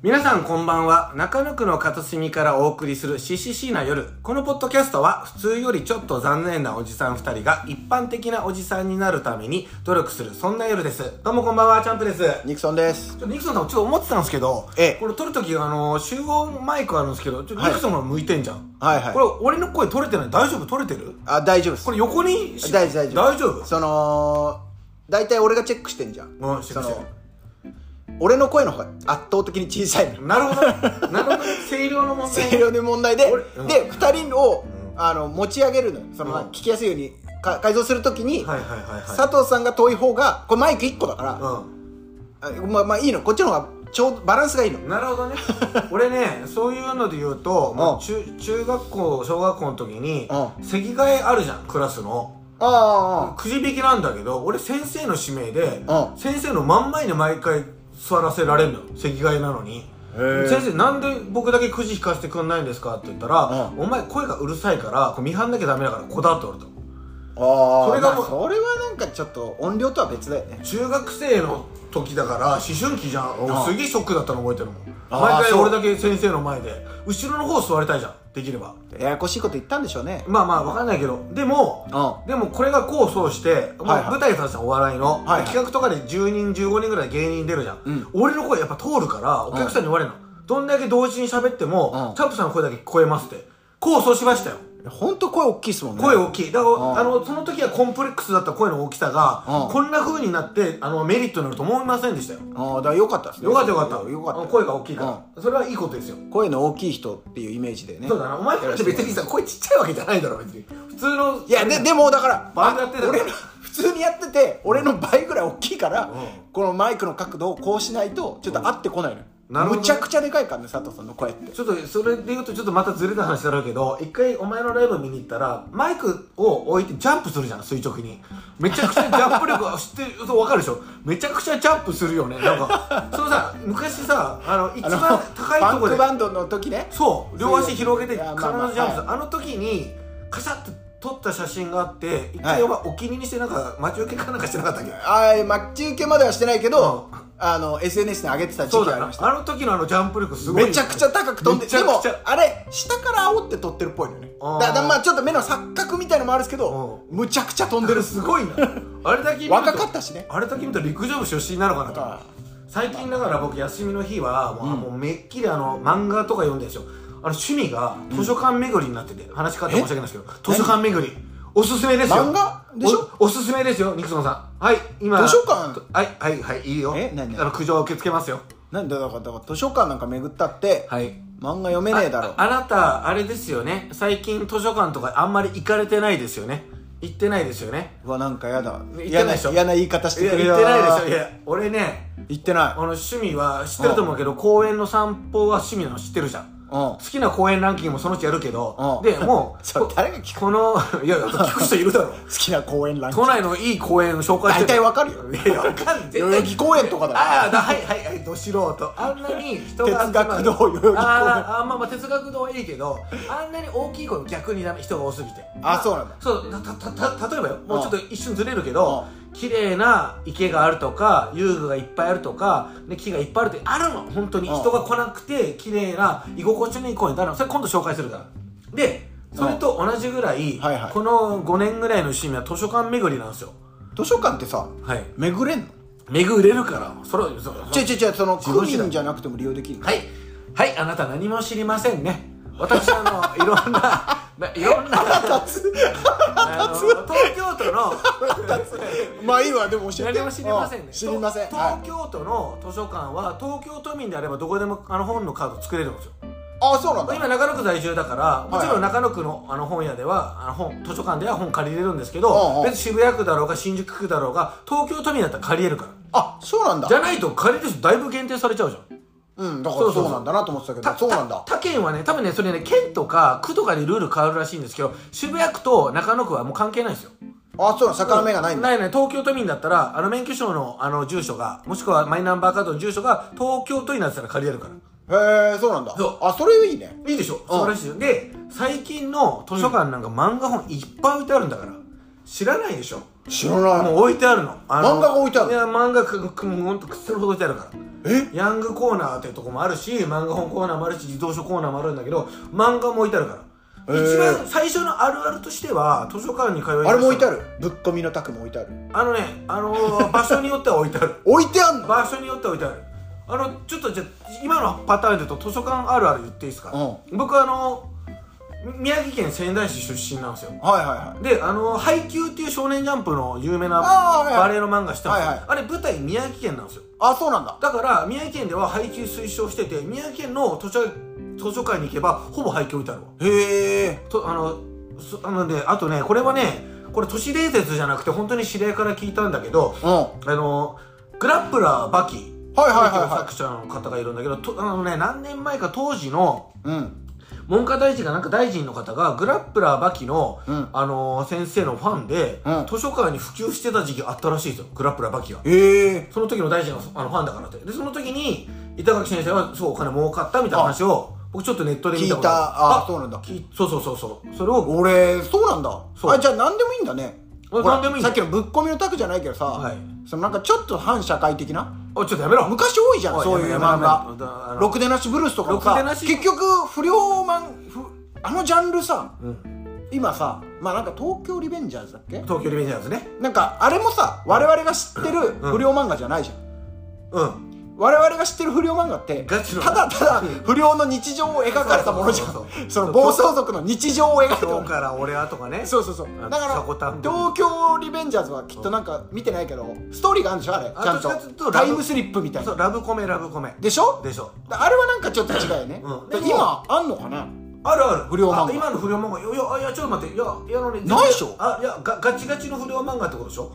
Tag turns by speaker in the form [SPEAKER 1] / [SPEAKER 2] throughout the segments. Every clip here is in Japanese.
[SPEAKER 1] 皆さんこんばんは。中野区の片隅からお送りする CCC な夜。このポッドキャストは普通よりちょっと残念なおじさん2人が一般的なおじさんになるために努力する、そんな夜です。どうもこんばんは、チャンプです。ちょ
[SPEAKER 2] ニクソンです
[SPEAKER 1] っ。とニクソンさん、ちょっと思ってたんですけど、
[SPEAKER 2] ええ
[SPEAKER 1] これ撮るとき、あの、集合マイクあるんですけど、ちょっと
[SPEAKER 2] はい
[SPEAKER 1] ニクソンが向いてんじゃん。
[SPEAKER 2] はいはい
[SPEAKER 1] これ、俺の声撮れてない大丈夫撮れてる
[SPEAKER 2] あ、大丈夫です。
[SPEAKER 1] これ横にし
[SPEAKER 2] 大丈夫、大丈夫。
[SPEAKER 1] 大丈夫
[SPEAKER 2] その、大体俺がチェックしてんじゃん。
[SPEAKER 1] うんしてる
[SPEAKER 2] そ
[SPEAKER 1] して
[SPEAKER 2] の俺の声の方が圧倒的に小さいの。
[SPEAKER 1] るなるほど。なるほど。声量の問題。
[SPEAKER 2] 声量の問題で
[SPEAKER 1] 俺、うん
[SPEAKER 2] で、二人を
[SPEAKER 1] う、
[SPEAKER 2] あの、持ち上げるのよ。その、
[SPEAKER 1] うん
[SPEAKER 2] 聞きやすいように、か改造するときに、
[SPEAKER 1] はいはいはいはい。
[SPEAKER 2] 佐藤さんが遠い方が、これマイク一個だから、
[SPEAKER 1] うん。
[SPEAKER 2] あまあまあいいの。こっちの方が、ちょうどバランスがいいの。
[SPEAKER 1] なるほ どね俺ねそういうので言うと、まあ、中中学校小学校の時に
[SPEAKER 2] う
[SPEAKER 1] 席替えあるじゃんクラスの
[SPEAKER 2] あ
[SPEAKER 1] くじ引きなんだけど俺先生の指名で
[SPEAKER 2] うん
[SPEAKER 1] 先生の真ん前に毎回座らせられるのよ席替えなのに
[SPEAKER 2] へえ
[SPEAKER 1] 先生なんで僕だけくじ引かせてくんないんですかって言ったら、お前声がうるさいからこれ見張んなきゃダメだからこだって言われた
[SPEAKER 2] あ。ああ。
[SPEAKER 1] それがもう
[SPEAKER 2] まあそれはなんかちょっと音量とは別だよね。
[SPEAKER 1] 中学生の時だから思春期じゃん
[SPEAKER 2] ああ
[SPEAKER 1] 俺すげえショックだったの覚えてるもん
[SPEAKER 2] ああ
[SPEAKER 1] 毎回
[SPEAKER 2] そう
[SPEAKER 1] 俺だけ先生の前で後ろの方座りたいじゃんできれば
[SPEAKER 2] ややこしいこと言ったんでしょうね。
[SPEAKER 1] まあまあわかんないけどでも
[SPEAKER 2] う
[SPEAKER 1] でもこれが功を奏して、まあ
[SPEAKER 2] はいはい
[SPEAKER 1] 舞台さんじゃんお笑いの、
[SPEAKER 2] はいはい
[SPEAKER 1] 企画とかで10人15人ぐらい芸人出るじゃん、
[SPEAKER 2] うん
[SPEAKER 1] 俺の声やっぱ通るからお客さんに言われるの、どんだけ同時に喋っても、
[SPEAKER 2] うん
[SPEAKER 1] チャンプさんの声だけ聞こえますって功を奏しましたよ
[SPEAKER 2] ん。ほんと声大きいですもんね。
[SPEAKER 1] 声大きいだから、
[SPEAKER 2] うん
[SPEAKER 1] あのその時はコンプレックスだった声の大きさが、
[SPEAKER 2] うん
[SPEAKER 1] こんな風になってあのメリットになると思いませんでしたよ
[SPEAKER 2] ああ、だからよかったですね。
[SPEAKER 1] よかったよかった
[SPEAKER 2] よかっ
[SPEAKER 1] あ
[SPEAKER 2] たよ。
[SPEAKER 1] の声が大きいから、それはいいことですよ
[SPEAKER 2] 声の大きい人っていうイメージでね。
[SPEAKER 1] そうだなお前だって別にさ声ちっちゃいわけじゃないだろ別に普通の
[SPEAKER 2] いや、で、でもだから、
[SPEAKER 1] バンドやってたから
[SPEAKER 2] 俺の、普通にやってて、俺の倍ぐらい大きいから、
[SPEAKER 1] ん
[SPEAKER 2] このマイクの角度をこうしないと、ちょっと合ってこないのよ。
[SPEAKER 1] なるほどね
[SPEAKER 2] むちゃくちゃでかいからね、佐藤さんの声って。
[SPEAKER 1] ちょっとそれで言うとちょっとまたずれた話になるけど一回お前のライブ見に行ったらマイクを置いてジャンプするじゃん垂直にめちゃくちゃジャンプ力は知ってる分かるでしょめちゃくちゃジャンプするよねなんかそのさ昔さあの一
[SPEAKER 2] あの
[SPEAKER 1] 番高いとこ
[SPEAKER 2] バンク
[SPEAKER 1] で
[SPEAKER 2] バンドの時ね。
[SPEAKER 1] そう両足広げて
[SPEAKER 2] い
[SPEAKER 1] 必ず
[SPEAKER 2] や
[SPEAKER 1] ジ
[SPEAKER 2] まあま
[SPEAKER 1] ャ
[SPEAKER 2] あ
[SPEAKER 1] ンプする、あ
[SPEAKER 2] は
[SPEAKER 1] の時にカシャッと撮った写真があって一回お前お気に入りしてなんか待ち受けかなんかしてなかったっけ
[SPEAKER 2] あー、待ち受けまではしてないけど、
[SPEAKER 1] う
[SPEAKER 2] あの、SNS に上げてた時
[SPEAKER 1] そう
[SPEAKER 2] 期
[SPEAKER 1] だ
[SPEAKER 2] あり
[SPEAKER 1] よ
[SPEAKER 2] ました。
[SPEAKER 1] あの時のあのジャンプ力すごい
[SPEAKER 2] めちゃくちゃ高く飛んで
[SPEAKER 1] めちゃ
[SPEAKER 2] で
[SPEAKER 1] く
[SPEAKER 2] も
[SPEAKER 1] ちゃ
[SPEAKER 2] あれ下から煽って撮ってるっぽいのよね
[SPEAKER 1] あー
[SPEAKER 2] だだまあちょっと目の錯覚みたいのもあるんですけどむちゃくちゃ飛んでるっす
[SPEAKER 1] すごいなあれだけ見ると
[SPEAKER 2] 若かったしね
[SPEAKER 1] あれだけ見ると陸上部出身なのかなと思う
[SPEAKER 2] ああ
[SPEAKER 1] 最近だから僕休みの日はもう,、もうめっきりあの漫画とか読んでるでしょあの趣味が図書館巡りになってて、話変わって申し訳ないですけど図書館巡りおすすめですよ
[SPEAKER 2] 漫画でしょ
[SPEAKER 1] おおすすめですよニクソンさんはい今
[SPEAKER 2] 図書館
[SPEAKER 1] はいはいはいいいよ
[SPEAKER 2] え何
[SPEAKER 1] あの苦情は受け付けますよ
[SPEAKER 2] なんだだからだから図書館なんか巡ったって、
[SPEAKER 1] はい
[SPEAKER 2] 漫画読めねえだろ
[SPEAKER 1] ああなたあれですよね最近図書館とかあんまり行かれてないですよね行ってないですよね
[SPEAKER 2] うわなんかやだ
[SPEAKER 1] 言ってな
[SPEAKER 2] 嫌
[SPEAKER 1] い
[SPEAKER 2] な
[SPEAKER 1] でしょ
[SPEAKER 2] 嫌な言い方
[SPEAKER 1] い
[SPEAKER 2] して
[SPEAKER 1] や
[SPEAKER 2] くる
[SPEAKER 1] 行
[SPEAKER 2] よ
[SPEAKER 1] ってないですよいや俺ね
[SPEAKER 2] 言ってな
[SPEAKER 1] あ
[SPEAKER 2] い
[SPEAKER 1] の趣味は知ってると思うけど、公園の散歩は趣味なの知ってるじゃん。
[SPEAKER 2] うん
[SPEAKER 1] 好きな公園ランキングもそのうちやるけど、
[SPEAKER 2] うん
[SPEAKER 1] で、もう、
[SPEAKER 2] それ誰が聞く
[SPEAKER 1] この、いや、聞く人いるだろ。
[SPEAKER 2] 好きな公園ランキン
[SPEAKER 1] 都
[SPEAKER 2] グ
[SPEAKER 1] 内のいい公園紹介して
[SPEAKER 2] 大体わかるよ
[SPEAKER 1] いやいや、わかんない。
[SPEAKER 2] 代々木公園とかだ
[SPEAKER 1] ああ、だはいはいはい、ど素人。あんなに人が集まる。
[SPEAKER 2] 哲学堂代々木公園
[SPEAKER 1] あーあー、まあまあ、哲学堂はいいけど、あんなに大きい声逆にダメ、人が多すぎて。
[SPEAKER 2] あそうなんだ
[SPEAKER 1] そうたたた例えばよもう
[SPEAKER 2] あ
[SPEAKER 1] ちょ
[SPEAKER 2] あ
[SPEAKER 1] っと一瞬ずれるけど綺麗な池があるとか遊具がいっぱいあるとか、ね、木がいっぱいあるってあるの本当に
[SPEAKER 2] ああ
[SPEAKER 1] 人が来なくて綺麗な居心地のいい公園ってあるのそれ今度紹介するからでそれと同じぐらい、
[SPEAKER 2] はいはい
[SPEAKER 1] この5年ぐらいの趣味は図書館巡りなんですよ
[SPEAKER 2] 図書館ってさ
[SPEAKER 1] はい
[SPEAKER 2] 巡れんの
[SPEAKER 1] 巡れるからそれをそ
[SPEAKER 2] ちょいちょいちょいその
[SPEAKER 1] 自分
[SPEAKER 2] 区
[SPEAKER 1] 次第
[SPEAKER 2] 民じゃなくても利用できるの
[SPEAKER 1] はいはいあなた何も知りませんね私あの いろんなないろんなあの東京都の
[SPEAKER 2] まあいいわでも教え て
[SPEAKER 1] 何も知りませんね
[SPEAKER 2] う知りません
[SPEAKER 1] と
[SPEAKER 2] は
[SPEAKER 1] 東
[SPEAKER 2] い
[SPEAKER 1] 京都の図書館は東京都民であればどこでもあの本のカード作れるんですよ
[SPEAKER 2] あそうなんだ
[SPEAKER 1] 今中野区在住だから
[SPEAKER 2] いはい
[SPEAKER 1] もちろん中野区のあの本屋ではあの本図書館では本借りれるんですけど、
[SPEAKER 2] うんうん
[SPEAKER 1] 別に渋谷区だろうが新宿区だろうが東京都民だったら借りれるから
[SPEAKER 2] あそうなん
[SPEAKER 1] じ
[SPEAKER 2] だ
[SPEAKER 1] ゃないと借りる人だいぶ限定されちゃうじゃん
[SPEAKER 2] うんだか
[SPEAKER 1] そう
[SPEAKER 2] ら
[SPEAKER 1] そうそう
[SPEAKER 2] そうなんだなと思ってたけどそうなんだ
[SPEAKER 1] 他県はね多分ねそれね県とか区とかでルール変わるらしいんですけど渋谷区と中野区はもう関係ないんですよ
[SPEAKER 2] あそうなん魚目がないんだ
[SPEAKER 1] ないない東京都民だったらあの免許証のあの住所がもしくはマイナンバーカードの住所が東京都になってたら借りれるから
[SPEAKER 2] へえそうなんだ
[SPEAKER 1] そう
[SPEAKER 2] あそれいいね
[SPEAKER 1] いいでしょ素晴らしいでしょで最近の図書館なんか漫画本いっぱい置いてあるんだから知らないでしょ
[SPEAKER 2] 知らない
[SPEAKER 1] もう置いてあるのあの
[SPEAKER 2] 漫画が置いてある
[SPEAKER 1] いや漫画くくくほんとくするほど置いてあるから
[SPEAKER 2] ええ
[SPEAKER 1] ヤングコーナーっていうとこもあるし漫画本コーナーもあるし自動書コーナーもあるんだけど漫画も置いてあるから、
[SPEAKER 2] へー
[SPEAKER 1] 一番最初のあるあるとしては図書館に通いました
[SPEAKER 2] あれも置いてあるぶっこみのタクも置いてある
[SPEAKER 1] あのねあの ー場所によっては置いてある
[SPEAKER 2] 置いてあんの
[SPEAKER 1] 場所によっては置いてあるあのちょっとじゃあ今のパターンで言うと図書館あるある言っていいですか、僕あのみ宮城県仙台市出身なんですよ
[SPEAKER 2] はいはいはい
[SPEAKER 1] であの「ハイキュー」っていう少年ジャンプの有名な
[SPEAKER 2] あーはいはい
[SPEAKER 1] バレエの漫画したんですよ
[SPEAKER 2] はいはい
[SPEAKER 1] あれ舞台宮城県なんですよ
[SPEAKER 2] あそうなんだ
[SPEAKER 1] だから宮城県では配給推奨してて宮城県の図書図書館に行けばほぼ配給置いてあるわ
[SPEAKER 2] へえ
[SPEAKER 1] とあのそあのねあとねこれはねこれ都市伝説じゃなくて本当に知り合いから聞いたんだけど
[SPEAKER 2] うんはい
[SPEAKER 1] あのグラップラーバキ
[SPEAKER 2] はい
[SPEAKER 1] 作者の方がいるんだけどとあのね何年前か当時の
[SPEAKER 2] いはいうん
[SPEAKER 1] 文科大臣がなんか大臣の方がグラップラーバキの、
[SPEAKER 2] うん
[SPEAKER 1] あのー先生のファンで、
[SPEAKER 2] うん
[SPEAKER 1] 図書館に普及してた時期あったらしいですよグラップラーバキが
[SPEAKER 2] へえ
[SPEAKER 1] その時の大臣があのファンだからってでその時に板垣先生はすごいお金儲かったみたいな話を僕ちょっとネットで見たこと
[SPEAKER 2] 聞いたあ
[SPEAKER 1] あ
[SPEAKER 2] そうなんだ
[SPEAKER 1] きそうそうそうそうそれを
[SPEAKER 2] 俺そうなんだ
[SPEAKER 1] そう
[SPEAKER 2] あじゃあ何でもいいんだね
[SPEAKER 1] あ
[SPEAKER 2] ほら
[SPEAKER 1] 何でもいい
[SPEAKER 2] さっきのぶっこみのタクじゃないけどさ、
[SPEAKER 1] はい
[SPEAKER 2] そのなんかちょっと反社会的な
[SPEAKER 1] あちょっとやめろ
[SPEAKER 2] 昔多いじゃ
[SPEAKER 1] お
[SPEAKER 2] ん
[SPEAKER 1] い
[SPEAKER 2] そういう
[SPEAKER 1] やめろや
[SPEAKER 2] 漫
[SPEAKER 1] めろ
[SPEAKER 2] 画
[SPEAKER 1] あの
[SPEAKER 2] ろくでなしブルースとかも
[SPEAKER 1] ろく
[SPEAKER 2] さ
[SPEAKER 1] でなし
[SPEAKER 2] 結局不良漫ふあのジャンルさ
[SPEAKER 1] うん
[SPEAKER 2] 今さまあなんか東京リベンジャーズだっけ
[SPEAKER 1] 東京リベンジャーズね
[SPEAKER 2] なんかあれもさ我々が知ってる
[SPEAKER 1] うん
[SPEAKER 2] 不良漫画じゃないじゃん、
[SPEAKER 1] うん
[SPEAKER 2] 我々が知ってる不良漫画って
[SPEAKER 1] ガチの
[SPEAKER 2] ただただ不良の日常を描かれたものじゃん
[SPEAKER 1] そうそうそう
[SPEAKER 2] その暴走族の日常を描いたも
[SPEAKER 1] 今
[SPEAKER 2] の
[SPEAKER 1] 日から俺はとかね
[SPEAKER 2] そうそうそう
[SPEAKER 1] あ
[SPEAKER 2] だか
[SPEAKER 1] シャコタ
[SPEAKER 2] ら
[SPEAKER 1] ン
[SPEAKER 2] 東京リベンジャーズはきっとなんか見てないけどストーリーがあるんでしょあれ
[SPEAKER 1] あ
[SPEAKER 2] ちゃん
[SPEAKER 1] どっちかっていう
[SPEAKER 2] と
[SPEAKER 1] と
[SPEAKER 2] タイムスリップみたい
[SPEAKER 1] そ
[SPEAKER 2] な
[SPEAKER 1] うラブコメラブコメ
[SPEAKER 2] でしょ
[SPEAKER 1] でしょ
[SPEAKER 2] だあれはなんかちょっと違うよね、
[SPEAKER 1] うん
[SPEAKER 2] で
[SPEAKER 1] でも
[SPEAKER 2] 今あんのかな
[SPEAKER 1] あるある
[SPEAKER 2] 不良漫画
[SPEAKER 1] あ今の不良漫画いやいやいやちょっと待っていやいやあのね
[SPEAKER 2] ないでしょ
[SPEAKER 1] あいやガガチガチの不良漫画ってことでしょ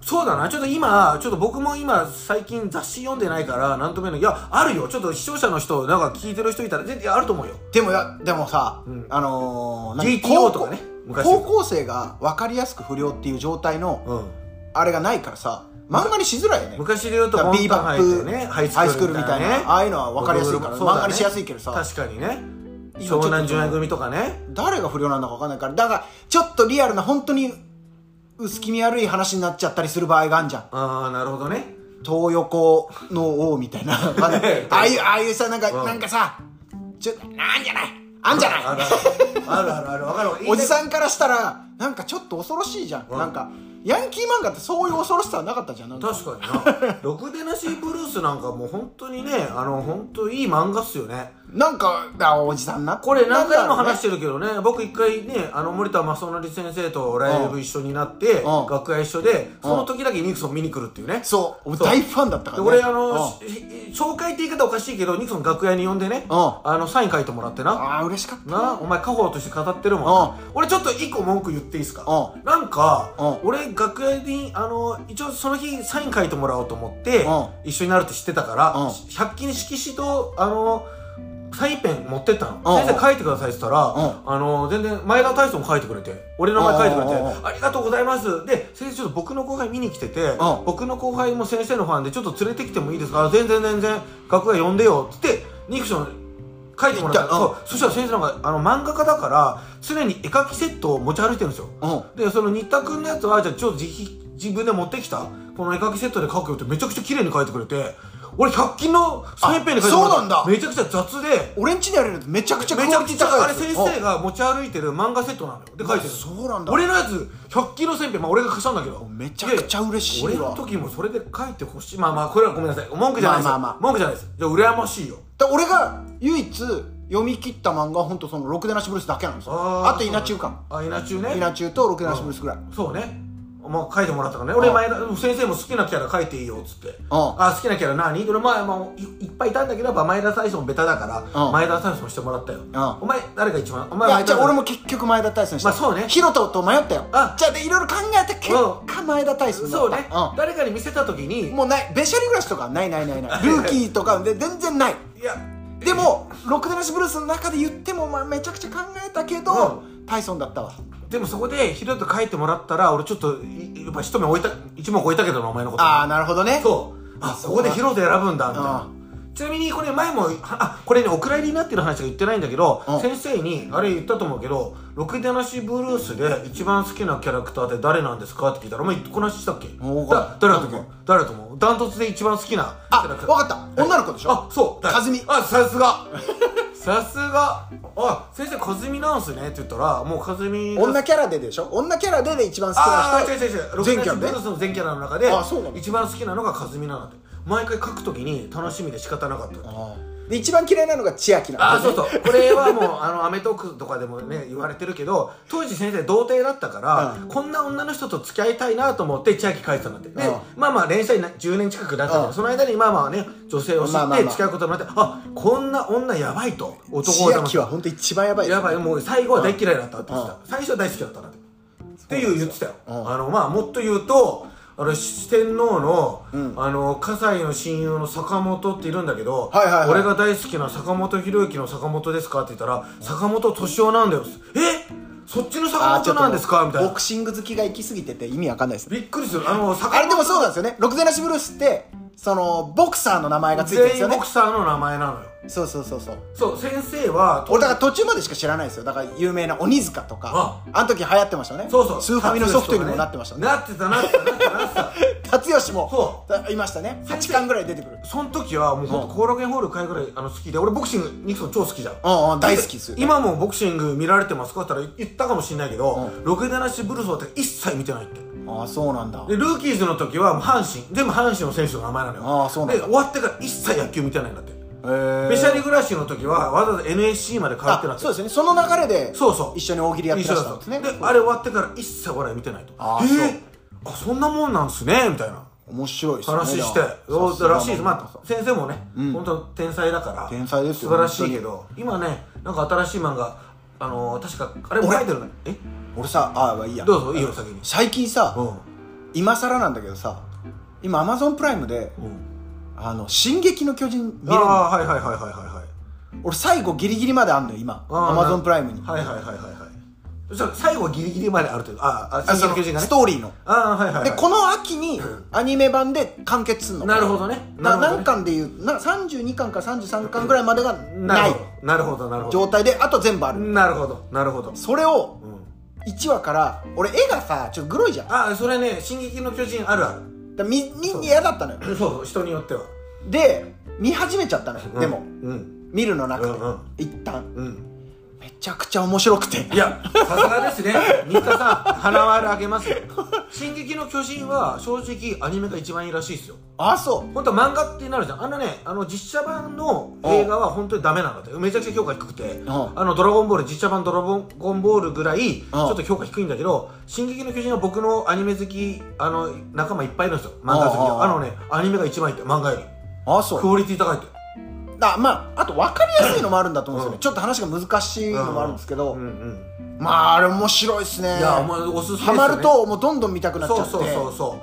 [SPEAKER 1] そうだなちょっと今ちょっと僕も今最近雑誌読んでないからなんとも言えないいやあるよちょっと視聴者の人なんか聞いてる人いたら全然あると思うよ
[SPEAKER 2] でもやでもさ、
[SPEAKER 1] うん
[SPEAKER 2] あのーなん
[SPEAKER 1] GTO とかね
[SPEAKER 2] 高校
[SPEAKER 1] 昔
[SPEAKER 2] 高校生が分かりやすく不良っていう状態の
[SPEAKER 1] うん
[SPEAKER 2] あれがないからさ漫画にしづらいよね
[SPEAKER 1] 昔で言うと
[SPEAKER 2] だから
[SPEAKER 1] モン
[SPEAKER 2] ビー
[SPEAKER 1] タン
[SPEAKER 2] バ
[SPEAKER 1] ハ
[SPEAKER 2] ッ
[SPEAKER 1] イ
[SPEAKER 2] プ、
[SPEAKER 1] とね
[SPEAKER 2] ハ
[SPEAKER 1] ハ
[SPEAKER 2] イ
[SPEAKER 1] イ
[SPEAKER 2] ス
[SPEAKER 1] ス
[SPEAKER 2] ク
[SPEAKER 1] クー
[SPEAKER 2] ール
[SPEAKER 1] ル
[SPEAKER 2] み
[SPEAKER 1] み
[SPEAKER 2] た
[SPEAKER 1] た
[SPEAKER 2] い
[SPEAKER 1] い
[SPEAKER 2] な、
[SPEAKER 1] なね
[SPEAKER 2] ああいうのは分かりやすいから、
[SPEAKER 1] そうだね
[SPEAKER 2] 漫画にしやすいけどさ
[SPEAKER 1] 確かにね
[SPEAKER 2] 今ちょっ
[SPEAKER 1] 湘
[SPEAKER 2] と
[SPEAKER 1] 南純愛組とかね
[SPEAKER 2] 誰が不良なんだか分かんないからだからちょっとリアルな本当に薄気味悪い話になっちゃったりする場合があんじゃん
[SPEAKER 1] ああなるほどね
[SPEAKER 2] 東横の王 みたいなああいうああいうさなんか、
[SPEAKER 1] うん
[SPEAKER 2] なんかさちょなんじゃないあんじゃない
[SPEAKER 1] あるあるあるあるわかるわ
[SPEAKER 2] おじ
[SPEAKER 1] ん
[SPEAKER 2] さんからしたらなんかちょっと恐ろしいじゃん、
[SPEAKER 1] うん
[SPEAKER 2] なんかヤンキー漫画ってそういう恐ろしさはなかったじゃんなんか
[SPEAKER 1] 確かにな ろくでなしブルースなんかもう本当にねあの本当いい漫画っすよね
[SPEAKER 2] なんかあおじさんな
[SPEAKER 1] これ何回も
[SPEAKER 2] なんだろうね
[SPEAKER 1] 話してるけどね僕一回ねあの森田正成先生とライブ一緒になって、
[SPEAKER 2] うん
[SPEAKER 1] 楽屋一緒でその時だけニクソン見に来るっていうね、
[SPEAKER 2] そう俺
[SPEAKER 1] そう
[SPEAKER 2] 大ファンだったから、
[SPEAKER 1] で
[SPEAKER 2] ね、
[SPEAKER 1] 俺あの、
[SPEAKER 2] うん
[SPEAKER 1] し紹介って言い方おかしいけどニクソン楽屋に呼んでね、
[SPEAKER 2] うん
[SPEAKER 1] あのサイン書いてもらってな
[SPEAKER 2] ああ嬉しかった
[SPEAKER 1] なお前家宝として語ってるもん、俺ちょっと一個文句言っていいですか、
[SPEAKER 2] う
[SPEAKER 1] なんか、
[SPEAKER 2] う
[SPEAKER 1] 俺楽屋にあの一応その日サイン書いてもらおうと思って、
[SPEAKER 2] う
[SPEAKER 1] 一緒になるって知ってたから、
[SPEAKER 2] うん
[SPEAKER 1] 100均に色紙とあのサインペン持ってったの、
[SPEAKER 2] うん
[SPEAKER 1] 先生書いてくださいって言ったら、
[SPEAKER 2] ん
[SPEAKER 1] あの全然前田大輔も書いてくれて俺の名前書いてくれて、
[SPEAKER 2] うんうんうん
[SPEAKER 1] ありがとうございますで先生ちょっと僕の後輩見に来てて、
[SPEAKER 2] ん
[SPEAKER 1] 僕の後輩も先生のファンでちょっと連れてきてもいいですかあ全然全然楽屋呼んでよって言ってニクション書いてもらった
[SPEAKER 2] 行
[SPEAKER 1] そ
[SPEAKER 2] っ
[SPEAKER 1] うそしたら先生なんかあの漫画家だから常に絵描きセットを持ち歩いてるんですよ
[SPEAKER 2] うん
[SPEAKER 1] でその新田君のやつはじゃあちょっと自費自分で持ってきたこの絵描きセットで描くよってめちゃくちゃ綺麗に描いてくれて俺100均のサインペンで描いてもら
[SPEAKER 2] あそうなんだ
[SPEAKER 1] めちゃくちゃ雑で
[SPEAKER 2] 俺んちでやれるやつめちゃくちゃ
[SPEAKER 1] めちゃくちゃ高いあれ先生
[SPEAKER 2] が
[SPEAKER 1] が持ち歩いてる漫画セットなのよで描いてる
[SPEAKER 2] そうなんだ
[SPEAKER 1] 俺のやつ100均のせんべい、まあ、俺が貸したんだけど
[SPEAKER 2] めちゃくちゃ嬉しいわ
[SPEAKER 1] やや俺の時もそれで書いてほしいまあまあこれはごめんなさい文句じゃないです、
[SPEAKER 2] まあまあまあ
[SPEAKER 1] 文句じゃないですじゃあ羨ましいよ
[SPEAKER 2] だ俺が唯一読み切った漫画は本当その「ろくでなしブルース」だけなんですよ
[SPEAKER 1] あー
[SPEAKER 2] あと稲中か
[SPEAKER 1] あ稲中
[SPEAKER 2] も
[SPEAKER 1] ね
[SPEAKER 2] 稲中と「ろくでなしブルース」ぐらい
[SPEAKER 1] そうねまあ書いてもらったからね俺
[SPEAKER 2] うん
[SPEAKER 1] 前田先生も好きなキャラ書いていいよっつってあ好きなキャラ何俺まあまあいいっぱいいたんだけどやっぱ前田大輔もベタだから、
[SPEAKER 2] うん
[SPEAKER 1] 前田大輔もしてもらったよ、お前誰が一番お
[SPEAKER 2] い
[SPEAKER 1] 前
[SPEAKER 2] やじゃあ俺
[SPEAKER 1] も
[SPEAKER 2] も結局前田大輔した
[SPEAKER 1] まあそうね
[SPEAKER 2] ヒロトと迷ったよ
[SPEAKER 1] あ
[SPEAKER 2] じゃあでいろいろ考えた結果前田大輔になっ
[SPEAKER 1] そ
[SPEAKER 2] た
[SPEAKER 1] うね、誰かに見せた時に
[SPEAKER 2] うんもうないべしゃり暮らしとかないないな いないルーキーとかで全然ない
[SPEAKER 1] いや
[SPEAKER 2] でも「ろくでなしブルース」の中で言ってもまあめちゃくちゃ考えたけど
[SPEAKER 1] う
[SPEAKER 2] タイソンだったわ
[SPEAKER 1] でもそこでヒロと書いてもらったら俺ちょっといやっぱ一目置いた一目置いたけどなお前のこと
[SPEAKER 2] ああなるほどね
[SPEAKER 1] そうあそこでヒロと選ぶんだみたいなちなみにこれ前もはあこれねお蔵入りになってる話は言ってないんだけど、
[SPEAKER 2] うん
[SPEAKER 1] 先生にあれ言ったと思うけど「ろくでなしブルース」で一番好きなキャラクターって誰なんですかって聞いたら「お前この話したっけ
[SPEAKER 2] おー
[SPEAKER 1] だ誰だと思う誰だと思うダントツで一番好きな
[SPEAKER 2] あ
[SPEAKER 1] キャラクター
[SPEAKER 2] わかった女の子でしょ
[SPEAKER 1] あそう
[SPEAKER 2] かずみ
[SPEAKER 1] あさすがさすがあ先生かずみなんすねって言ったらもうかずみが
[SPEAKER 2] 女キャラででしょ女キャラでで一番好き
[SPEAKER 1] あ
[SPEAKER 2] な
[SPEAKER 1] あ違う
[SPEAKER 2] 人
[SPEAKER 1] 違う違う
[SPEAKER 2] 全
[SPEAKER 1] 全
[SPEAKER 2] キ
[SPEAKER 1] キャ
[SPEAKER 2] ャラ
[SPEAKER 1] ラブ
[SPEAKER 2] ね
[SPEAKER 1] ルースの全キャラの中で
[SPEAKER 2] あそうなの
[SPEAKER 1] 一番好きなのがかずみなので毎回書くときに楽しみで仕方なかった
[SPEAKER 2] あーで一番嫌いなのが千秋なの
[SPEAKER 1] ああそうそうこれはもうあの『アメトーーク』とかでもね言われてるけど当時先生童貞だったから、こんな女の人と付き合いたいなと思って千秋書いてたんだってで、
[SPEAKER 2] うん
[SPEAKER 1] まあまあ連載な10年近くだったんだけ
[SPEAKER 2] うん
[SPEAKER 1] どその間にまあまあね女性を知
[SPEAKER 2] まあ
[SPEAKER 1] っ
[SPEAKER 2] まあ
[SPEAKER 1] て
[SPEAKER 2] まあ
[SPEAKER 1] 付き合うことになって、あこんな女やばいと男を
[SPEAKER 2] 千
[SPEAKER 1] 騙す
[SPEAKER 2] 秋は本当一番やばい
[SPEAKER 1] やばいもう最後は大嫌いだったって言ってた、最初は大好きだったなってっていう言ってたよ、
[SPEAKER 2] うん
[SPEAKER 1] あのまあもっと言うとあの四天王の、
[SPEAKER 2] ん
[SPEAKER 1] あの葛西の親友の坂本っているんだけど、
[SPEAKER 2] はいはいはい
[SPEAKER 1] 俺が大好きな坂本博之の坂本ですかって言ったら坂本敏夫なんだよえそっちの
[SPEAKER 2] あ
[SPEAKER 1] 坂
[SPEAKER 2] ーち
[SPEAKER 1] 本
[SPEAKER 2] ょっと
[SPEAKER 1] なんですかみたい
[SPEAKER 2] ボ
[SPEAKER 1] な
[SPEAKER 2] クシング好きが行き過ぎてて意味わかんないですね
[SPEAKER 1] びっくりするあの坂
[SPEAKER 2] あれでもそうなんですよね六ゼナシブルースってそのボクサーの名前がついてるんで
[SPEAKER 1] 全
[SPEAKER 2] すよ
[SPEAKER 1] 員ボ
[SPEAKER 2] ね
[SPEAKER 1] クサーの名前なのよ
[SPEAKER 2] そうそうそうそう
[SPEAKER 1] そう先生は
[SPEAKER 2] 俺だから途中までしか知らないですよだから有名な鬼塚とかあの時流行ってましたよね
[SPEAKER 1] そうそう
[SPEAKER 2] スーファミのソフトにもなってましたね
[SPEAKER 1] なってたなってたなってたなってた
[SPEAKER 2] 辰吉も
[SPEAKER 1] そ
[SPEAKER 2] だいましたね8巻ぐらい出てくる
[SPEAKER 1] その時はもう本当後楽園ホール会ぐらいあの好きで俺ボクシングニクソン超好きじゃん
[SPEAKER 2] うんうん大好きですよ
[SPEAKER 1] 今もボクシング見られてますかって言ったら言ったかもしれないけど「
[SPEAKER 2] う
[SPEAKER 1] ろくでなしブルース」って一切見てないって
[SPEAKER 2] ああそうなんだ
[SPEAKER 1] でルーキーズの時はもう阪神全部阪神の選手の名前なのよ
[SPEAKER 2] ああそうなん
[SPEAKER 1] で
[SPEAKER 2] だ
[SPEAKER 1] 終わってから一切野球見てないんだって
[SPEAKER 2] へ
[SPEAKER 1] メシャリ暮らしの時はわざわざ NSC まで通ってなっ
[SPEAKER 2] あ
[SPEAKER 1] て
[SPEAKER 2] そうですよねその流れで
[SPEAKER 1] そうそう
[SPEAKER 2] 一緒に大喜利やってらっしゃったんですね
[SPEAKER 1] 一緒だったであれ終わってから一切笑い見てないと
[SPEAKER 2] ああ
[SPEAKER 1] えーあそんなもんなんすねみたいな
[SPEAKER 2] 面白いですね
[SPEAKER 1] 話して
[SPEAKER 2] そう
[SPEAKER 1] そうらしいですまあ先生もね、本当天才だから
[SPEAKER 2] 天才ですよ
[SPEAKER 1] 素晴らしいけど今ねなんか新しい漫画あのー、確かあれも
[SPEAKER 2] 俺
[SPEAKER 1] 書いてるねえ
[SPEAKER 2] 俺さああまあいいや
[SPEAKER 1] どうぞいいよ先に
[SPEAKER 2] 最近さ
[SPEAKER 1] うん
[SPEAKER 2] 今更なんだけどさ今アマゾンプライムで
[SPEAKER 1] うん
[SPEAKER 2] 「あの進撃の巨人」見
[SPEAKER 1] あ
[SPEAKER 2] れるの
[SPEAKER 1] あはいはいはいはいはいはい
[SPEAKER 2] 俺最後ギリギリまであんのよ今
[SPEAKER 1] あ
[SPEAKER 2] ア
[SPEAKER 1] ー
[SPEAKER 2] マゾンプライムに
[SPEAKER 1] はいはいはいはいはいそしたら最後ギリギリまであるというああ
[SPEAKER 2] あ
[SPEAKER 1] 進
[SPEAKER 2] そ
[SPEAKER 1] 撃の
[SPEAKER 2] の
[SPEAKER 1] 巨人がね
[SPEAKER 2] ストーリーの
[SPEAKER 1] ああはいはい、はい、
[SPEAKER 2] でこの秋にアニメ版で完結するの
[SPEAKER 1] なるほどね
[SPEAKER 2] な
[SPEAKER 1] なるほどね
[SPEAKER 2] 何巻でいうな32巻から33巻ぐらいまでが
[SPEAKER 1] な
[SPEAKER 2] な
[SPEAKER 1] る
[SPEAKER 2] い
[SPEAKER 1] ほどなるほどなるほ
[SPEAKER 2] 状
[SPEAKER 1] ど
[SPEAKER 2] 態であと全部ある
[SPEAKER 1] なるほどなるほど
[SPEAKER 2] それを
[SPEAKER 1] うん
[SPEAKER 2] 1話から俺絵がさちょっとグロいじゃんだか
[SPEAKER 1] ああそれね「進撃の巨人」あるあ る
[SPEAKER 2] らみみんな嫌だったのよ
[SPEAKER 1] そうそう人によっては
[SPEAKER 2] で見始めちゃったのよ、
[SPEAKER 1] うん
[SPEAKER 2] でも
[SPEAKER 1] うん
[SPEAKER 2] 見るのなくて、
[SPEAKER 1] うんうん
[SPEAKER 2] 一旦
[SPEAKER 1] うん
[SPEAKER 2] めちゃくちゃ面白くて
[SPEAKER 1] いや、さすがですね。新田さん、花丸あげますよ。進撃の巨人は、正直、アニメが一番いいらしいですよ。
[SPEAKER 2] あそう
[SPEAKER 1] 本当は漫画ってなるじゃん。あのね、あの、実写版の映画は本当にダメなんだって。めちゃくちゃ評価低くて。
[SPEAKER 2] あ
[SPEAKER 1] あの、ドラゴンボール、実写版ドラゴンボールぐらい、ち
[SPEAKER 2] あ
[SPEAKER 1] ょっと評価低いんだけど、進撃の巨人は僕のアニメ好き、あの、仲間いっぱいいるんですよ。漫画好き
[SPEAKER 2] ああ
[SPEAKER 1] は。あのね、アニメが一番いいって、漫画より。
[SPEAKER 2] あそう
[SPEAKER 1] クオリティ高いって。
[SPEAKER 2] だまああと分かりやすいのもあるんだと思うんですよね、
[SPEAKER 1] うん
[SPEAKER 2] ちょっと話が難しいのもあるんですけど、
[SPEAKER 1] うんうん。
[SPEAKER 2] まああれ面白いっすね
[SPEAKER 1] いや、お前、おすすめです
[SPEAKER 2] ハ
[SPEAKER 1] よ、ね。
[SPEAKER 2] マる、ともうどんどん見たくなっちゃ
[SPEAKER 1] そ
[SPEAKER 2] っ
[SPEAKER 1] う
[SPEAKER 2] て
[SPEAKER 1] そうそうそ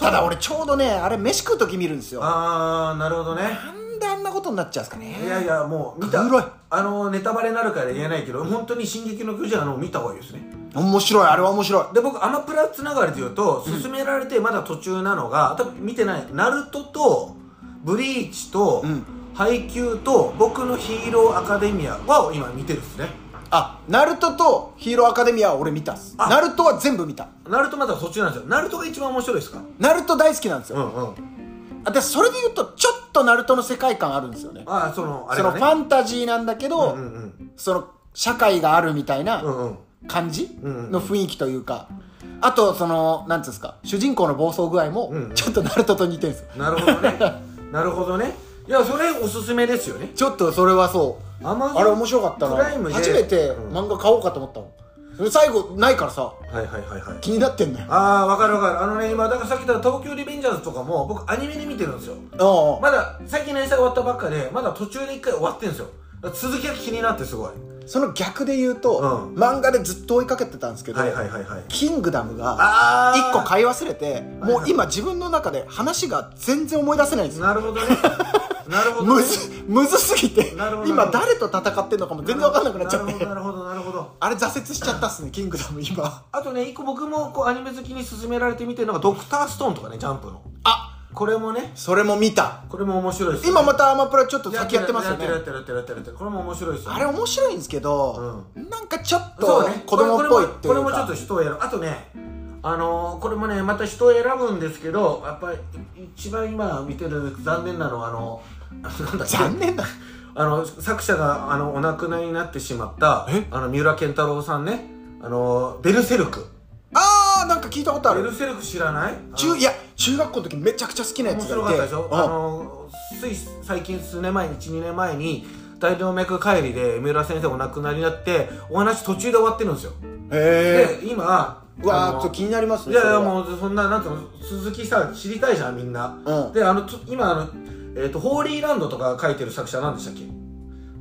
[SPEAKER 1] う。
[SPEAKER 2] ただ俺ちょうどねあれ飯食う時見るんですよな
[SPEAKER 1] あーなるほどね
[SPEAKER 2] んであんなことになっちゃうんですか
[SPEAKER 1] い
[SPEAKER 2] ね
[SPEAKER 1] やいやもう見た
[SPEAKER 2] 黒い
[SPEAKER 1] あのネタバレになるから言えないけど本当に「進撃の巨人」はあの見た方がいいですね
[SPEAKER 2] 面白いあれは面白い
[SPEAKER 1] で僕アマプラつながりで言うと勧められてまだ途中なのが、多分見てない「ナルトと「ブリーチ」と
[SPEAKER 2] うん
[SPEAKER 1] 「ハイキュー」と「僕のヒーローアカデミア」は今見てるっすね
[SPEAKER 2] あナルトとヒーローアカデミアは俺見たっす
[SPEAKER 1] あ
[SPEAKER 2] ナルトは全部見た
[SPEAKER 1] ナルトまだ途中なんですよナルトが一番面白いですか
[SPEAKER 2] ナルト大好きなんです
[SPEAKER 1] う
[SPEAKER 2] よ、
[SPEAKER 1] んうん
[SPEAKER 2] あでそれで言うとちょっとナルトの世界観あるんですよね
[SPEAKER 1] ああそのあ
[SPEAKER 2] そ
[SPEAKER 1] れ
[SPEAKER 2] の
[SPEAKER 1] が
[SPEAKER 2] フ
[SPEAKER 1] ね
[SPEAKER 2] ァンタジーなんだけど、
[SPEAKER 1] うんうん
[SPEAKER 2] その社会があるみた
[SPEAKER 1] う
[SPEAKER 2] い
[SPEAKER 1] んう
[SPEAKER 2] なん
[SPEAKER 1] うん
[SPEAKER 2] 感じ
[SPEAKER 1] うんうん
[SPEAKER 2] の雰囲気というかあとそのなんていうんですか主人公の暴走具合も
[SPEAKER 1] うんうん
[SPEAKER 2] ちょっとナルトと似てるんですよ
[SPEAKER 1] なるほどね なるほどねいやそれおすすめですよね
[SPEAKER 2] ちょっとそれはそう
[SPEAKER 1] アマゾン
[SPEAKER 2] あれ面白かったな
[SPEAKER 1] プライムで
[SPEAKER 2] 初めて
[SPEAKER 1] うん
[SPEAKER 2] 漫画買おうかと思ったもん、それ最後ないからさ
[SPEAKER 1] はいはいはいはい
[SPEAKER 2] 気になってんのよあ
[SPEAKER 1] ああわかるわかるあのね今だからさっき言った東京リベンジャーズとかも僕アニメで見てるんですよ
[SPEAKER 2] あ、
[SPEAKER 1] まだ最近連載終わったばっかでまだ途中で一回終わってんですよだから続きが気になってすごい
[SPEAKER 2] その逆で言うと、
[SPEAKER 1] うん
[SPEAKER 2] 漫画でずっと追いかけてたんですけど、
[SPEAKER 1] はいはいはいはい
[SPEAKER 2] キングダムが
[SPEAKER 1] あ
[SPEAKER 2] 1個
[SPEAKER 1] か
[SPEAKER 2] 買い忘れて
[SPEAKER 1] はい
[SPEAKER 2] もう今自分の中で話が全然思い出せないんですよ
[SPEAKER 1] なるほどね なるほどね
[SPEAKER 2] むずむずすぎて
[SPEAKER 1] なるほど
[SPEAKER 2] 今誰と戦ってんのかも全然分かんなくなっちゃっ
[SPEAKER 1] なるほど
[SPEAKER 2] て
[SPEAKER 1] なるほどなるほど
[SPEAKER 2] あれ挫折しちゃったっすねキングダム 今
[SPEAKER 1] あとね一個僕もこうアニメ好きに勧められて見てるのが「ドクターストーン」とかねジャンプの
[SPEAKER 2] あ
[SPEAKER 1] これもね
[SPEAKER 2] それも見た
[SPEAKER 1] これも面白いですよ
[SPEAKER 2] 今またアマプラちょっと先やってますよ
[SPEAKER 1] やっ
[SPEAKER 2] ね
[SPEAKER 1] てるやってるやってるやってるこれも面白いですよね
[SPEAKER 2] あれ面白いんですけど、なんかちょっ
[SPEAKER 1] そう
[SPEAKER 2] と
[SPEAKER 1] ね
[SPEAKER 2] 子供っぽいってい
[SPEAKER 1] これ
[SPEAKER 2] う
[SPEAKER 1] もこれもちょっ
[SPEAKER 2] か
[SPEAKER 1] と人をやるあとねあのーこれもねまた人を選ぶんですけどやっぱり一番今見てる残念なのはあのなんだっけ
[SPEAKER 2] 残念だ
[SPEAKER 1] あの作者があのお亡くなりになってしまった
[SPEAKER 2] え
[SPEAKER 1] あの三浦健太郎さんねあのベルセルク
[SPEAKER 2] あーなんか聞いたことあ
[SPEAKER 1] ベ
[SPEAKER 2] る
[SPEAKER 1] ルセルク知らない
[SPEAKER 2] 中いや中学校の時めちゃくちゃ好きなや
[SPEAKER 1] 面
[SPEAKER 2] つが
[SPEAKER 1] 白か
[SPEAKER 2] いて
[SPEAKER 1] ったでしょ
[SPEAKER 2] うん
[SPEAKER 1] あのつい最近数年前に12年前に大動脈解離で三浦先生お亡くなりになってお話途中で終わってるんですよ
[SPEAKER 2] へ
[SPEAKER 1] で今
[SPEAKER 2] えわー
[SPEAKER 1] あの
[SPEAKER 2] ちょっと気になります
[SPEAKER 1] い
[SPEAKER 2] ね
[SPEAKER 1] やいや
[SPEAKER 2] う
[SPEAKER 1] もうそんななんていうの鈴木さ知りたいじゃんみんな、
[SPEAKER 2] うん
[SPEAKER 1] であのちょ今あの、えー、とホーリーランドとか書いてる作者なんでしたっけ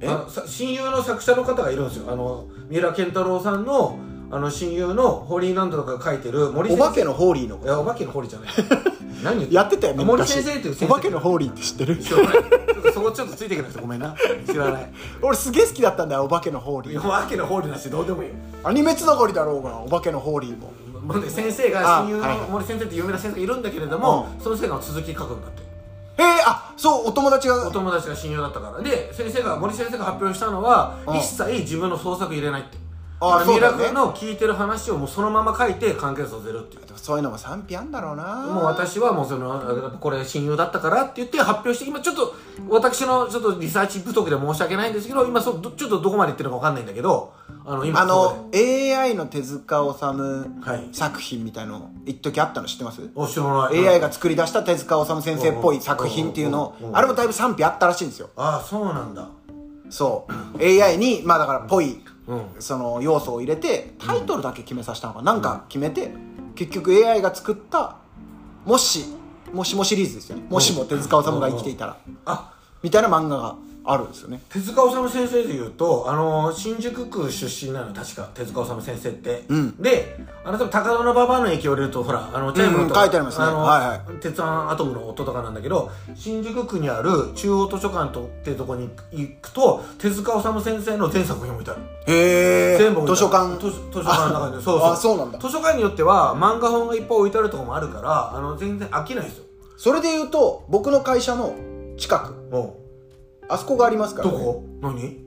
[SPEAKER 2] え
[SPEAKER 1] あのさ親友の作者の方がいるんですよあの三浦健太郎さんのあの親友のホーリーランドとか書いてる森
[SPEAKER 2] お
[SPEAKER 1] 先
[SPEAKER 2] 化
[SPEAKER 1] 生
[SPEAKER 2] けのホーリーの
[SPEAKER 1] い
[SPEAKER 2] こと
[SPEAKER 1] やお化けのホーリーじゃ ない何言ってんの
[SPEAKER 2] やってたよね
[SPEAKER 1] 森
[SPEAKER 2] 昔
[SPEAKER 1] 先生っていう
[SPEAKER 2] お
[SPEAKER 1] 先生
[SPEAKER 2] 化けのホーリーって知ってる
[SPEAKER 1] 知らないちょっとそこちょっとついていけなくてごめんな知らない
[SPEAKER 2] 俺すげえ好きだったんだよお化けのホーリー
[SPEAKER 1] お化けのホーリーなんてどうでもいいよ
[SPEAKER 2] アニメつながりだろうがお化けのホーリーも
[SPEAKER 1] まあね先生が親友
[SPEAKER 2] あはいは
[SPEAKER 1] の
[SPEAKER 2] い
[SPEAKER 1] 森先生って有名な先生がいるんだけれども、その先生が続き書くんだって
[SPEAKER 2] えー、あそうお友達が
[SPEAKER 1] お友達が親友だったからで先生が森先生が発表したのは、
[SPEAKER 2] うん
[SPEAKER 1] 一切自分の創作入れないって
[SPEAKER 2] あ
[SPEAKER 1] だから
[SPEAKER 2] そうだね
[SPEAKER 1] 三浦君の聞いてる話をもうそのまま書いて完結させるっていう
[SPEAKER 2] そういうのも賛否あんだろうな
[SPEAKER 1] もう私はもうそのこれ親友だったからって言って発表して今ちょっと私のちょっとリサーチ不足で申し訳ないんですけど今そうどちょっとどこまで言ってるかわかんないんだけどあの今
[SPEAKER 2] あ
[SPEAKER 1] そこ
[SPEAKER 2] の AI の手塚治虫
[SPEAKER 1] はい
[SPEAKER 2] 作品みたいの一時あったの知ってます
[SPEAKER 1] でお知らない
[SPEAKER 2] AI が作り出した手塚治虫先生っぽい作品っていうの
[SPEAKER 1] うんうんうん
[SPEAKER 2] をあれもだいぶ賛否あったらしいんですよ
[SPEAKER 1] ああそうなんだ
[SPEAKER 2] そう AI にまあだからぽい
[SPEAKER 1] うん
[SPEAKER 2] その要素を入れてタイトルだけ決めさせたのかなんか決めて結局 AI が作った「もしもしも」シリーズですよねもしも手塚治虫が生きていたら
[SPEAKER 1] あ
[SPEAKER 2] みたいな漫画があるんですよね
[SPEAKER 1] 手塚治虫先生でいうと、あのー新宿区出身なの確か手塚治虫先生って、
[SPEAKER 2] ん
[SPEAKER 1] であの多分高田馬場の駅降りるとほらあのチャイムの
[SPEAKER 2] うん
[SPEAKER 1] 音
[SPEAKER 2] 書いてありますね
[SPEAKER 1] の、
[SPEAKER 2] はいは
[SPEAKER 1] 鉄腕アトムの音とかなんだけど新宿区にある中央図書館とってとこに行くと手塚治虫先生の全作品置いてある
[SPEAKER 2] へえ
[SPEAKER 1] 全部置い
[SPEAKER 2] 図
[SPEAKER 1] て
[SPEAKER 2] 書
[SPEAKER 1] ある
[SPEAKER 2] 館
[SPEAKER 1] 図図書館の中
[SPEAKER 2] あ
[SPEAKER 1] にそうそう
[SPEAKER 2] あそうなんだ
[SPEAKER 1] 図書館によっては漫画本がいっぱい置いてあるとこもあるからあの全然飽きないですよ
[SPEAKER 2] それで言うと僕の会社の近く
[SPEAKER 1] も
[SPEAKER 2] あそこがあります
[SPEAKER 1] う
[SPEAKER 2] から、
[SPEAKER 1] ど
[SPEAKER 2] ね、
[SPEAKER 1] こ何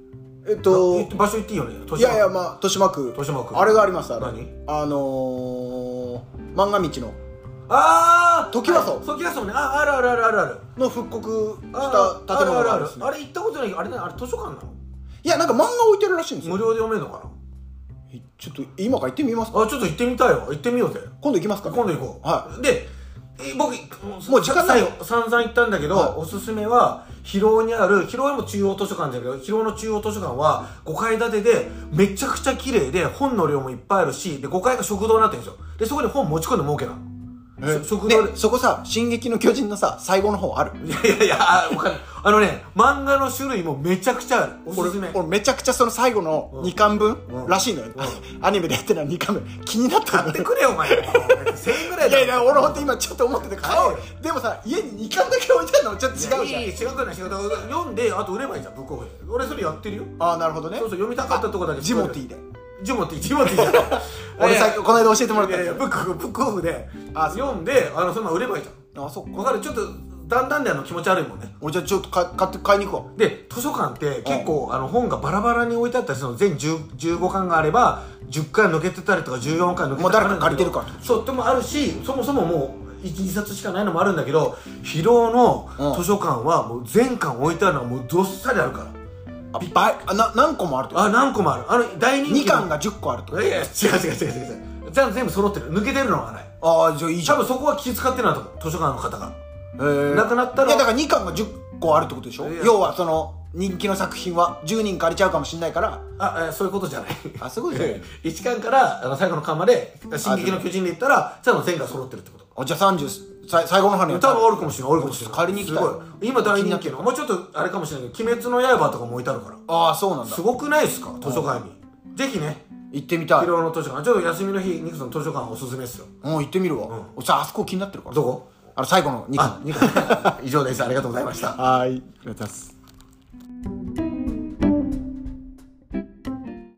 [SPEAKER 2] えっと
[SPEAKER 1] な場所言っていいよね図書
[SPEAKER 2] い
[SPEAKER 1] 館
[SPEAKER 2] やいやまあ豊島区
[SPEAKER 1] 豊島区
[SPEAKER 2] あれがありますあれ
[SPEAKER 1] 何
[SPEAKER 2] あのー、漫画道の
[SPEAKER 1] ああ
[SPEAKER 2] 時はそう
[SPEAKER 1] 時はそうねああるあるあるあるある
[SPEAKER 2] の復刻し
[SPEAKER 1] あー
[SPEAKER 2] た建物
[SPEAKER 1] ある
[SPEAKER 2] が
[SPEAKER 1] あ
[SPEAKER 2] あ
[SPEAKER 1] るある
[SPEAKER 2] るんです
[SPEAKER 1] あ
[SPEAKER 2] ね
[SPEAKER 1] れ行ったことないけどあれ何あれ図書館なの
[SPEAKER 2] いやなんか漫画置いてるらしいんです
[SPEAKER 1] 無
[SPEAKER 2] よ
[SPEAKER 1] 料で読めるのか
[SPEAKER 2] えちょっと今から行ってみますか
[SPEAKER 1] なあちょっと行ってみたいわ行ってみようぜ
[SPEAKER 2] 今度行きますか
[SPEAKER 1] 今度行こう
[SPEAKER 2] は
[SPEAKER 1] でえ僕
[SPEAKER 2] もう時間ないよ
[SPEAKER 1] さ散々言ったんだけど、
[SPEAKER 2] はい
[SPEAKER 1] おすすめは広尾にある広尾も中央図書館だけど広尾の中央図書館は5階建てでめちゃくちゃ綺麗で本の量もいっぱいあるしで5階が食堂になってるんですよでそこに本持ち込んで儲けなの
[SPEAKER 2] え
[SPEAKER 1] そ食堂で
[SPEAKER 2] ねそこさ「進撃の巨人」のさ最後の方ある
[SPEAKER 1] いやいやいや、あわかんない。あのね、漫画の種類もめちゃくちゃある。おすすめ。
[SPEAKER 2] 俺めちゃくちゃその最後の2巻分らしいのよ、アニメでやってるのは2巻分気になった
[SPEAKER 1] 買
[SPEAKER 2] の
[SPEAKER 1] って
[SPEAKER 2] よ
[SPEAKER 1] くれよ、お前。1000円 ぐらい
[SPEAKER 2] い
[SPEAKER 1] だ
[SPEAKER 2] や
[SPEAKER 1] よ。
[SPEAKER 2] いや俺ほんと今ちょっと思ってて買おうよ
[SPEAKER 1] 買
[SPEAKER 2] でもさ家に2巻だけ置いてあるのもちょっと違うじゃん
[SPEAKER 1] いやいい違うくない、違うくない。読んで、あと売ればいいじゃん、ブックオフで。俺それやってるよ。
[SPEAKER 2] ああなるほどね
[SPEAKER 1] そうそう、読みたかったとこだけ。
[SPEAKER 2] ジモティー。で
[SPEAKER 1] ジモティー、ジモティーじゃん。
[SPEAKER 2] 俺さこの間教えてもらっ
[SPEAKER 1] い
[SPEAKER 2] た
[SPEAKER 1] や
[SPEAKER 2] ん
[SPEAKER 1] いや、
[SPEAKER 2] です
[SPEAKER 1] ブ
[SPEAKER 2] よ
[SPEAKER 1] ック、ブックオフで
[SPEAKER 2] あそう
[SPEAKER 1] 読んで、あの、そんなん売ればいいじ
[SPEAKER 2] あそっ
[SPEAKER 1] ゃん。
[SPEAKER 2] か
[SPEAKER 1] わかるちょっと、だんだんであの気持ち悪いもんね。
[SPEAKER 2] 俺じゃあちょっと買買って買いに行くわ
[SPEAKER 1] で図書館って結構あの本がバラバラに置いてあったりするの全10 15巻があれば10巻抜けてたりとか14巻抜けてたりと
[SPEAKER 2] もう誰か借りてるから
[SPEAKER 1] そうでもあるしそもそももう12冊しかないのもあるんだけど疲労の図書館はもう全巻置いてあるのがもうどっさりあるから
[SPEAKER 2] あ倍あな何個もあるってこ
[SPEAKER 1] あ何個もあるあの大
[SPEAKER 2] と
[SPEAKER 1] 人気の
[SPEAKER 2] 2巻が10個あるってこ
[SPEAKER 1] いやいや違う違う違う違う違う全部全部揃ってる抜けてるのがない
[SPEAKER 2] とああじゃあいいじゃ
[SPEAKER 1] 多
[SPEAKER 2] ん
[SPEAKER 1] 分そこは気遣ってるなと思う図書館の方が
[SPEAKER 2] へえ
[SPEAKER 1] なくなったら
[SPEAKER 2] いやだから2巻が10個あるってことでしょ
[SPEAKER 1] いや
[SPEAKER 2] 要はその人気の作品は10人借りちゃうかもしれないから
[SPEAKER 1] あえそういうことじゃない
[SPEAKER 2] あそういうことじ ゃない
[SPEAKER 1] 1巻からあの最後の巻まで「進撃の巨人」で言ったらじゃあ全巻揃ってるってこと
[SPEAKER 2] あじゃあ30さい最後の方にやった
[SPEAKER 1] 多
[SPEAKER 2] ら
[SPEAKER 1] 分あるかもしれないあるかもしれない
[SPEAKER 2] 借りに行きたい
[SPEAKER 1] すごい今大人気のもうちょっとあれかもしれないけど「鬼滅の刃」とかも置いてあるから
[SPEAKER 2] ああそうなんだ
[SPEAKER 1] すごくないですか図書館にぜひね
[SPEAKER 2] 行ってみたい
[SPEAKER 1] 疲
[SPEAKER 2] も
[SPEAKER 1] 労の図書館ちょっと休みの日ニクソン図書館おすすめですよ
[SPEAKER 2] うん行ってみるわ俺さあそこ気になってるから
[SPEAKER 1] どこ
[SPEAKER 2] あの最後の2
[SPEAKER 1] あ
[SPEAKER 2] 巻
[SPEAKER 1] ニクソン以上ですありがとうございました
[SPEAKER 2] はいありがとうございます